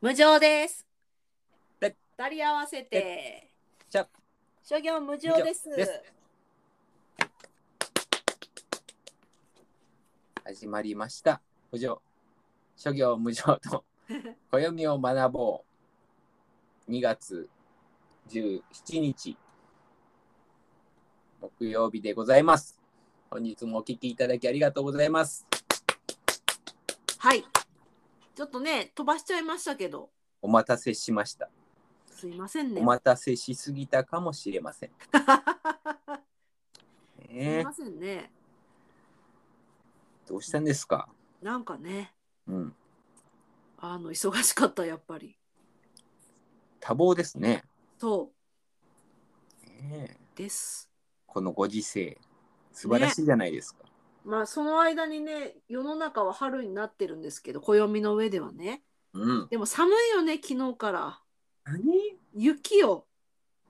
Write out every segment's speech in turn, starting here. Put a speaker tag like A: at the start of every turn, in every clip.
A: 無常です。
B: べっ
A: 二人合わせて。
B: ちゃ
A: 諸行無常です。
B: 無常です始まりました。無常、諸行無常 と暦を学ぼう。2月17日、木曜日でございます。本日もお聞きいただきありがとうございます。
A: はい。ちょっとね、飛ばしちゃいましたけど。
B: お待たせしました。
A: すいませんね
B: お。待たせしすぎたかもしれません。
A: すい
B: ね
A: ませんね。
B: どうしたんですか
A: なんかね、
B: うん。
A: あの忙しかったやっぱり。
B: 多忙ですね。
A: そ
B: ね
A: うです。
B: このご時世、素晴らしいじゃないですか。
A: まあその間にね、世の中は春になってるんですけど、暦の上ではね。
B: うん。
A: でも寒いよね、昨日から。
B: 何
A: 雪よ。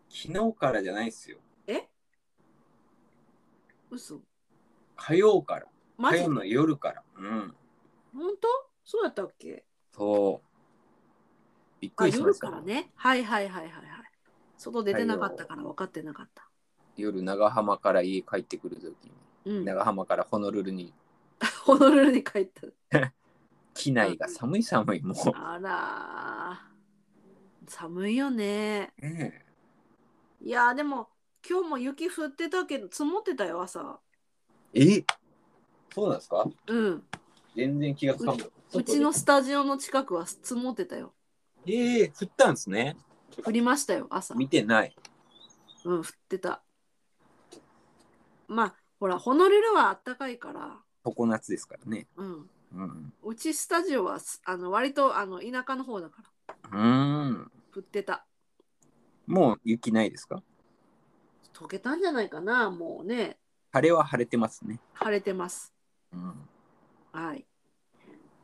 B: 昨日からじゃないですよ。
A: え嘘
B: 火曜から。
A: マ
B: 火
A: ジ
B: 曜
A: 本
B: の夜から。うん。
A: 当そうだったっけ
B: そう。びっく
A: あ
B: りしま
A: 夜
B: した。
A: からね。はいはいはいはいはい。外出てなかったから分かってなかった。
B: 夜、長浜から家帰ってくるときに、
A: うん。
B: 長浜からホノルルに、
A: ホノルルに帰った。
B: 機内が寒い寒い、も
A: あらー寒いよね。
B: う。ねえ
A: いやーでも今日も雪降ってたけど積もってたよ朝。
B: えそうなんですか
A: うん。
B: 全然気がつかんかった
A: うちの。スタジオの近くは積もってたよ。
B: ええ降ったんですね。
A: 降りましたよ朝。
B: 見てない。
A: うん降ってた。まあほらホノルルはあったかいから。
B: 常夏ですからね。
A: うん。
B: うん。
A: うちスタジオはすあの割とあの田舎の方だから
B: うん。
A: 降ってた。
B: もう雪ないですか
A: 溶けたんじゃないかなもうね
B: 晴れは晴れてますね。
A: 晴れてます
B: うん。
A: はい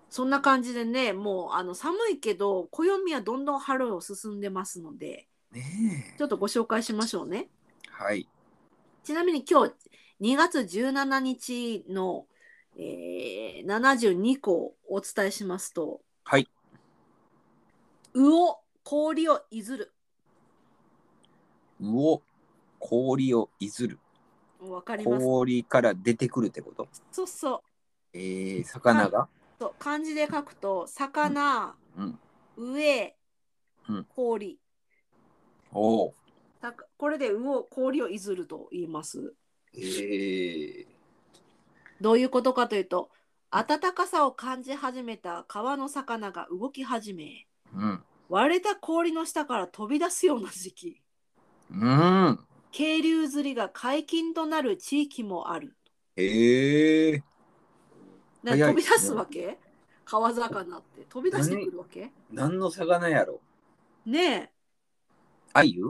A: そんな感じでねもうあの寒いけど暦はどんどん春を進んでますので
B: ね
A: ちょっとご紹介しましょうね
B: え。はい。
A: ちなみに今日2月17日の、えー、72個をお伝えしますと
B: はい
A: 魚氷をいずる
B: 魚氷をいずる
A: わかります
B: 氷から出てくるってこと
A: そうそう
B: えー、魚が
A: そう漢字で書くと魚、
B: うん
A: 上、
B: うん
A: 氷
B: おお
A: なんかこれで魚氷をいずると言います。
B: えー、
A: どういうことかというと暖かさを感じ始めた川の魚が動き始め
B: うん
A: 割れた氷の下から飛び出すような時期
B: うん
A: 渓流釣りが解禁となる地域もある。
B: えー、
A: な
B: 早
A: 飛
B: い
A: び
B: で
A: 出
B: すね
A: すわけ川魚って飛び出してくるわけ
B: 何の魚やろ
A: ねえ
B: あゆ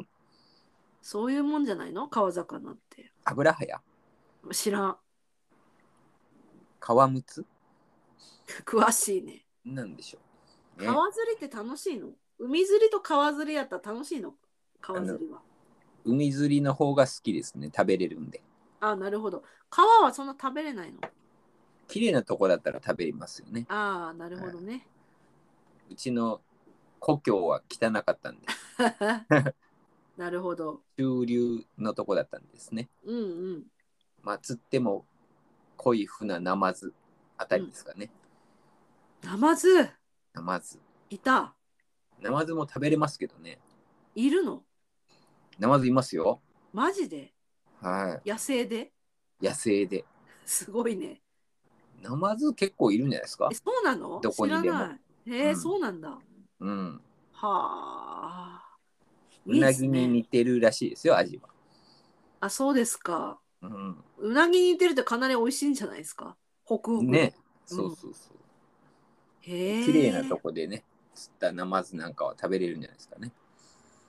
A: そういうもんじゃないの川魚って
B: 油はや
A: 知らん
B: 川むつ
A: 詳しいね
B: なんでしょう、ね、
A: 川釣りって楽しいの海釣りと川釣りやったら楽しいの川釣りは。
B: 海釣りの方が好きですね食べれるんで
A: あなるほど。川はそんな食べれないの
B: 綺麗なとこだったら食べれますよね
A: ああ、なるほどね。
B: うちの故郷は汚かったんで
A: なるほど。
B: 中流のとこだったんですね
A: うんうん。
B: まあ釣っても濃い船ナマズあたりですかね、
A: ナマズ
B: ナマズ。
A: いた
B: ナマズも食べれますけどね。
A: いるの
B: ナマズいますよ。
A: マジで
B: は
A: 野生で
B: い。野生で。
A: すごいね。
B: ナマズ結構いるんじゃないですか
A: え、そうなの
B: どこにでも
A: 知らない。へえ、
B: うん
A: そうなんだ。は
B: うん。
A: あ。
B: うなぎに
A: いいっ
B: 似
A: すね
B: てるらしいですよ、味は。
A: あ、そうですか。
B: うん。
A: うなぎに似てるってかなり美味しいんじゃないですかホクホク。
B: ね。
A: うん
B: そうそうそう。
A: へえ。
B: 綺麗なとこでね、釣ったナマズなんかは食べれるんじゃないですかね。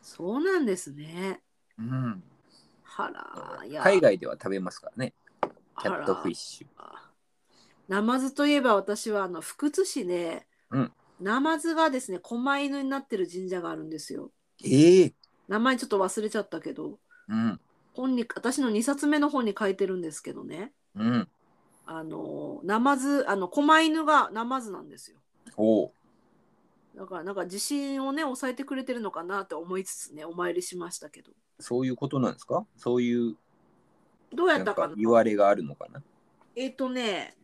A: そうなんですね。
B: うん。
A: はら。いや
B: 海外では食べますからね。キャ
A: あ
B: ッ
A: ら
B: トフィッシュ。
A: ナマズといえば私はあの福津市で、
B: うん
A: ナマズがですね狛犬になってる神社があるんですよ。
B: ええ
A: 名前ちょっと忘れちゃったけど
B: うん。
A: 本に私の2冊目の本に書いてるんですけどね
B: うん。
A: あのナマズあの狛犬がナマズなんですよ。
B: おう。
A: だからなんか自信をね抑えてくれてるのかなって思いつつねお参りしましたけど
B: そういうことなんですかそういう
A: どうや
B: な
A: っ
B: ん
A: たか
B: か
A: な
B: 言われがあるのかな
A: えっ、とね、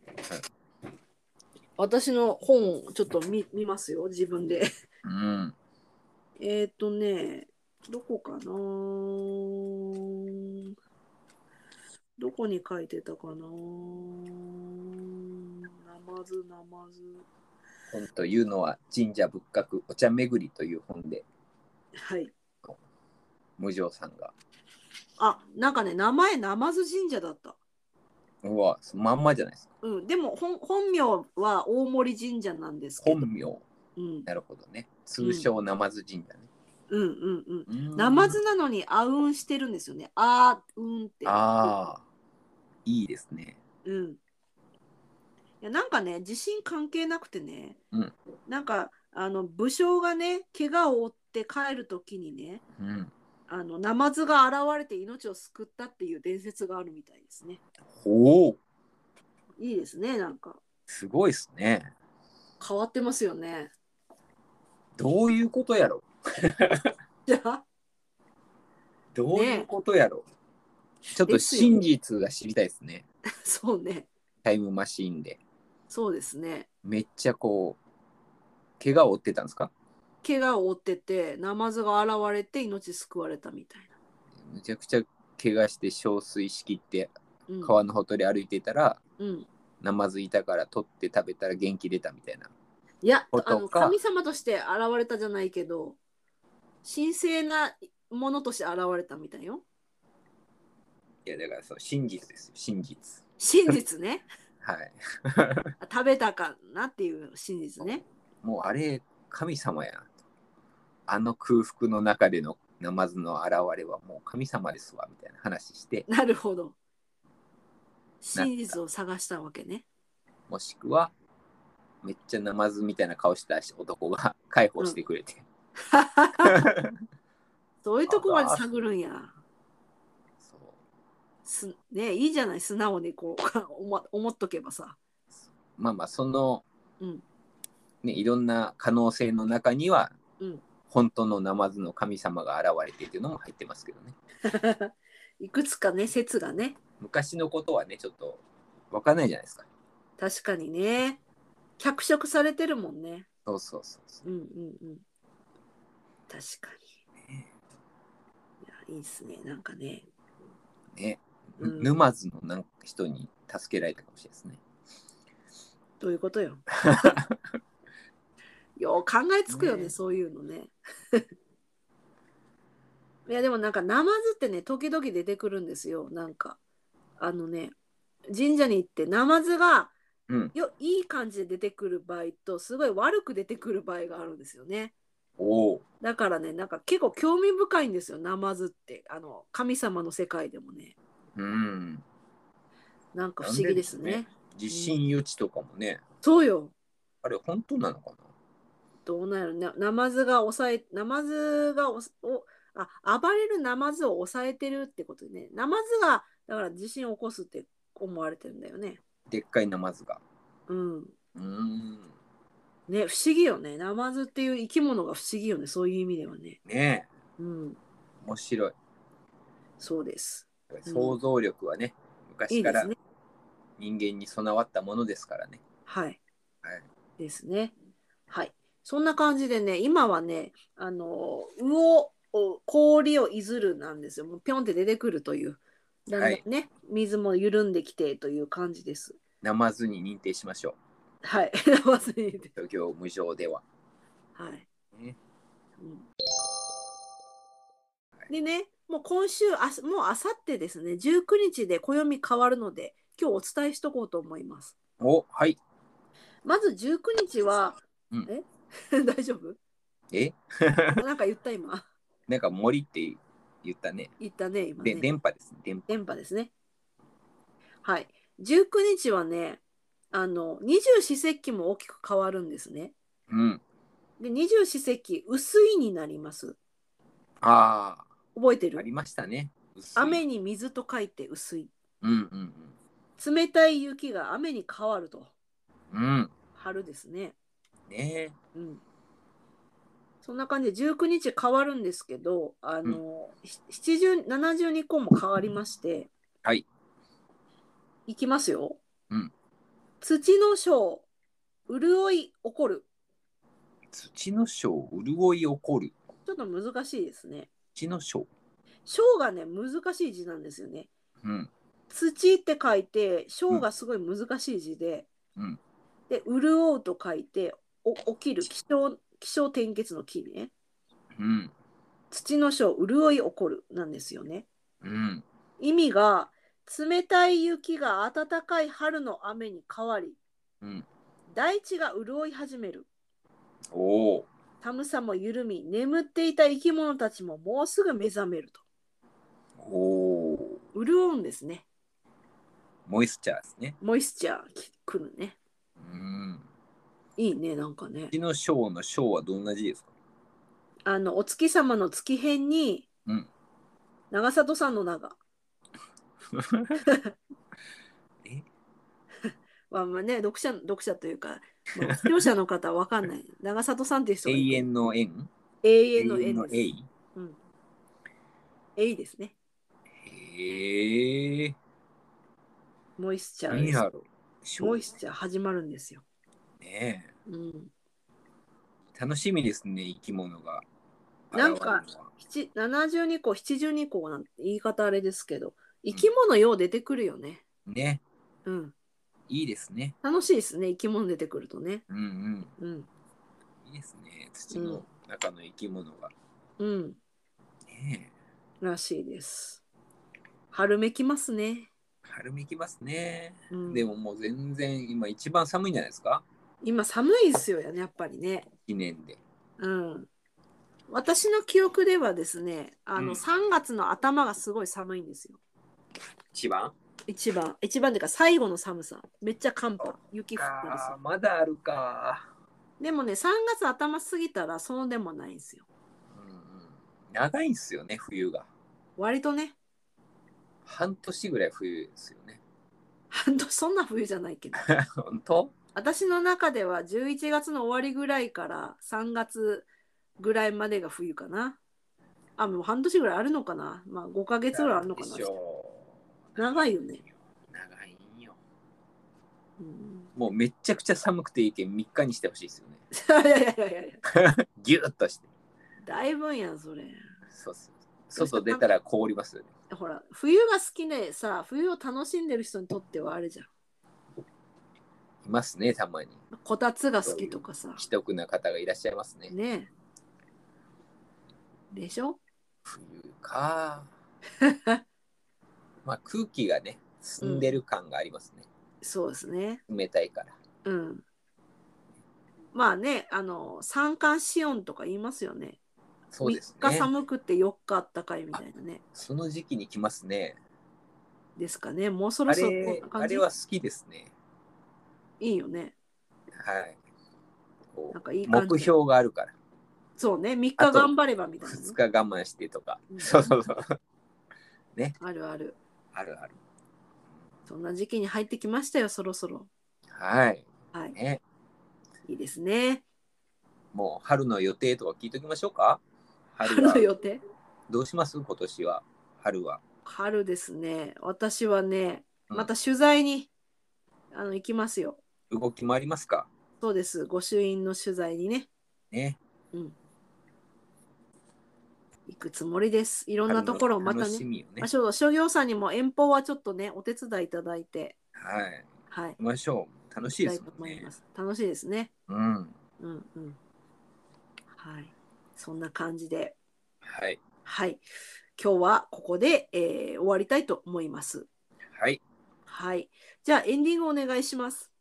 A: 私の本をちょっと見見ますよ自分で
B: うん。
A: えっとねどこかなどこに書いてたかなナマズナマズ
B: 本というのは神社仏閣お茶巡りという本で
A: はい
B: 無常さんが。
A: あなんかね名前ナマズ神社だった
B: うわ、まんまじゃないですか。
A: うん、でも本本名は大森神社なんですけど、
B: 本名。
A: うん、
B: なるほどね。通称ナマズ神社ね。
A: うんうんうん
B: うん
A: ナマズなのにあうんしてるんですよねあうんって
B: ああ、いいですね。
A: うんいやなんかね地震関係なくてね、
B: うん
A: なんかあの武将がね怪我を負って帰る時にね
B: うん。
A: あのナマズが現れて命を救ったっていう伝説があるみたいですね
B: おお、
A: いいですねなんか
B: すごいですね。
A: 変わってますよね
B: どういうことやろ
A: じゃあ
B: どういうことやろ、ちょっと
A: ですよ
B: 真実が知りたいですね。
A: そうね
B: タイムマシーンで。
A: そうですね
B: めっちゃこう、怪我を負ってたんですか
A: 怪我を負っててナマズが現れて命救われたみたい
B: めちゃくちゃ怪我して憔悴しきって
A: な、うん、
B: 川のほとり歩いてたら、
A: うん、
B: ナマズいたから取って食べたら元気出たみたいな。
A: いや
B: ことか
A: あの神様として現れたじゃないけど神聖なものとして現れたみたいよ
B: いやだからそう真実ですよ真実。
A: 真実 ね
B: はい。
A: あ食べたかなっていう真実ね
B: もうあれ神様やなと。あの空腹の中でのナマズの現れはもう神様ですわみたいな話して
A: なるほど真実を探したわけね
B: もしくはめっちゃナマズみたいな顔した男が解放してくれて、
A: そういうとこまで探るんや
B: そう
A: すねいいじゃない素直にこう思思っとけばさ
B: まあまあその、
A: うん
B: ね、いろんな可能性の中には、
A: うん
B: 本当のナマズの神様が現れてっていうのも入ってますけどね
A: いくつかね説がね
B: 昔のことはねちょっとわかんないじゃないですか
A: 確かにね脚色されてるもんね
B: そうそうそうそう
A: うんうんうん確かにいやいいっすねなんかね、
B: ね、
A: うん
B: 沼津のなんか人に助けられたかもしれないですね
A: どういうことよよう考えつくよね
B: ね
A: そういうのね いやでもなんかナマズってね時々出てくるんですよなんかあのね神社に行ってナマズが
B: うん
A: よいい感じで出てくる場合とすごい悪く出てくる場合があるんですよね。
B: おお
A: だからね、なんか結構興味深いんですよ、ナマズって。あの神様の世界でもね。
B: うん
A: なんか不思議ですね。
B: なんで地震予知とかもね、
A: そうよ。
B: あれ本当なのかな
A: どうなるなナマズが抑え、ナマズがおおあ暴れるナマズを抑えてるってことでね。ナマズがだから地震を起こすって思われてるんだよね。
B: でっかいナマズが
A: うん。
B: うーん
A: ね、不思議よね。ナマズっていう生き物が不思議よね。そういう意味ではね。
B: ねえ
A: うん。
B: 面白い
A: そうです。
B: 想像力はね、
A: い
B: 昔
A: い
B: か
A: で
B: ら
A: すね。
B: 人間に備わったものですからね
A: はい。
B: はい
A: ですね。はい。そんな感じでね、今はね、あの、魚を、氷をいずるなんですよ。もうぴょんって出てくるという。だんだんね、水も緩んできてという感じです。
B: ナマズに認定しましょ
A: はい。忘れて。
B: う漁業無償では
A: はい。
B: ね
A: うんでね、もう今週、あすもうあさってですね、19日で暦変わるので、今日お伝えしとこうと思います。
B: おはい
A: まず19日は、
B: うん
A: え 大丈夫
B: え
A: なんか言った今。
B: なんか森って言ったね
A: 言ったね、今ね。
B: で電波ですね電波
A: 電波ですね。はい。19日はね、あの、二十四節気も大きく変わるんですね。
B: うん
A: で、二十四節気、薄いになります。
B: ああ
A: 覚えて
B: あり
A: る
B: ましたね。薄い
A: 雨に水と書いて薄い。
B: うんうん
A: 冷たい雪が雨に変わると。
B: うん。うん。
A: 春ですね。
B: ねえ
A: うん。そんな感じで19日変わるんですけど、あの、70 72項も変わりまして、
B: はい。
A: いきますよ。
B: うん
A: 土の章、潤い起こる。
B: 土の章、潤い起こる。
A: ちょっと難しいですね。
B: 土の章。
A: 章がね、難しい字なんですよね。
B: うん。
A: 土って書いて、章がすごい難しい字で、
B: うん
A: で、潤うと書いて、お起きる、気象、気象転結の木ね。
B: うん。
A: 土の章、潤い起こるなんですよね。
B: うん。
A: 意味が、冷たい雪が暖かい春の雨に変わり、
B: うん。
A: 大地が潤い始める。
B: おお。
A: 寒さも緩み、眠っていた生き物たちももうすぐ目覚めると。
B: おお。
A: 潤うんですね。
B: モイスチャーですね。
A: モイスチャーき来るね。
B: うん。
A: いいね、なんかね。
B: 土の章の章はどんな字ですか
A: あの、お月様の月辺に、
B: うん
A: 長里さんの長。
B: え
A: まあまあね、読者、読者というか、まあ、視聴者の方はわかんない。長里さんっていう人がい
B: 永
A: て
B: 遠の円
A: 永
B: 永
A: 遠の A
B: の
A: です。
B: 永
A: うん。A ですね。
B: へえ。
A: モイスチャー
B: 何
A: です
B: やろう章
A: モイスチャー始まるんですよ。
B: ねえ。
A: うん。
B: 楽しみですね、生き物が。
A: なんか
B: 現れるのは
A: 七72個、72個なんて言い方あれですけど、生き物よう出てくるよね。
B: ね、
A: うん。
B: いいですね。
A: 楽しいですね、生き物出てくるとね。
B: うん
A: う
B: う
A: ん。
B: ん。いいですね、土の中の生き物が。
A: うん。
B: ねえ。
A: らしいです。春めきますね。
B: 春めきますね。
A: うん、
B: でももう全然今一番寒いんじゃないですか
A: 今寒いですよね、やっぱりね。
B: 記念で。
A: うん。私の記憶ではですね、あ
B: うん
A: の3月の頭がすごい寒いんですよ。
B: 一番
A: 一番、一番っていうか最後の寒さ。めっちゃ寒波、雪降ったりす
B: あ
A: る
B: ー。まだあるか。
A: でもね、3月頭過ぎたらそうでもないんですよ。
B: うんうん。長いんですよね、冬が。
A: 割とね、
B: 半年ぐらい冬ですよね。
A: 半年そんな冬じゃないけど。
B: 本当
A: 私の中では11月の終わりぐらいから3月ぐらいまでが冬かな。あ、もう半年ぐらいあるのかな。まあ5ヶ月ぐらいあるのかな
B: でし。ょう
A: 長いよね。
B: 長いんよ。
A: うん、
B: もうめっちゃくちゃ寒くていいけん3日にしてほしいですよね。
A: いやいやいやいやいや、
B: ギュッとして。
A: だいぶんやん、それ。
B: そうそう。外出たら凍りますよね。
A: ほら、冬が好きでさ、冬を楽しんでる人にとってはあれじゃん。
B: いますね、たまに。
A: こたつが好きとかさ。
B: 既得な方がいらっしゃいますね。
A: ねえ。でしょ
B: 冬 か。まあ空気がね、澄んでる感がありますね。
A: そうですね。
B: 冷たいから。
A: うん。まあね、あの、三寒四温とか言いますよね。
B: そうです
A: 3日
B: ね。
A: 寒くて4日あったかいみたいなね。
B: その時期に来ますね。
A: ですかね。もうそ
B: あ
A: ろそろこん
B: れ
A: な
B: あ
A: 感じ
B: れは好きですね。
A: いいよね。
B: はい。こ
A: な
B: う
A: んかいい感じ。
B: 目標があるから。
A: そうね。3日
B: あと
A: 頑張ればみたいなね、
B: 2日我慢してとか。
A: うん
B: そうそうそう。
A: あるある。
B: あるある。
A: そんな時期に入ってきましたよ、そろそろ。
B: はい。
A: はい。
B: ね。
A: いいですね。
B: もう春の予定とか聞いときましょうか。春
A: 春
B: は
A: の予定
B: どうします今年は。春は。
A: 春ですね。私はね、
B: うん
A: また取材に、あの行きますよ。
B: 動き回りますか。
A: そうです。御朱印の取材にね、
B: ね。
A: 行くつもりです。いろんなところをまた
B: 春の楽
A: ね
B: し。みをね
A: まあ、。そう商業さんにも遠方はちょっとね、お手伝いいただいて、
B: はい。
A: はい。
B: 行きましょう。楽しいです
A: 行きたいと
B: も
A: 思
B: ん
A: い
B: ね
A: ま。す楽しいですね。
B: うん。
A: うんうん。はい。そんな感じで、
B: はい。
A: はい。今日はここで、えー終わりたいと思います。
B: はい。
A: はい。じゃあエンディングお願いします。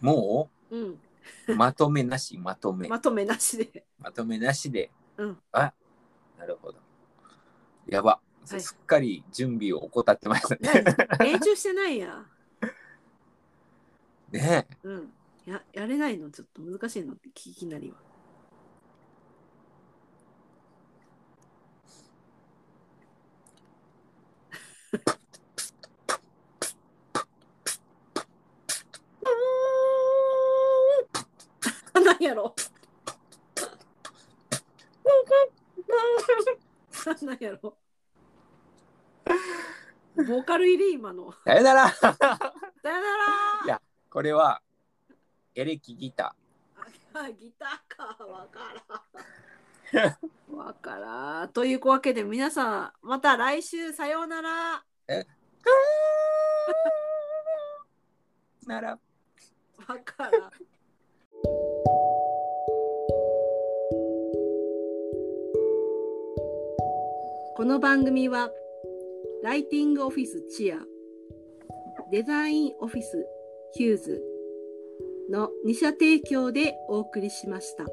B: も
A: うん。
B: う、まとめなし、まとめ。
A: まとめなしで。
B: まとめなしで。
A: うん
B: あ、なるほど。やば。
A: はい
B: すっかり準備を怠ってました
A: 何
B: ね。
A: 練習してないや。
B: ねえ
A: うん。ややれないのちょっと難しいのって聞きなりは。 何やろ なんやろ。ボーカル入り今の。
B: さよなら
A: さよなら
B: いやこれは、エレキギタ
A: あギターかわからん。わからん。というわけで皆さんまた来週さようなら。
B: ー。なら。
A: わからん。この番組はライティングオフィスチアデザインオフィスヒューズの2社提供でお送りしました。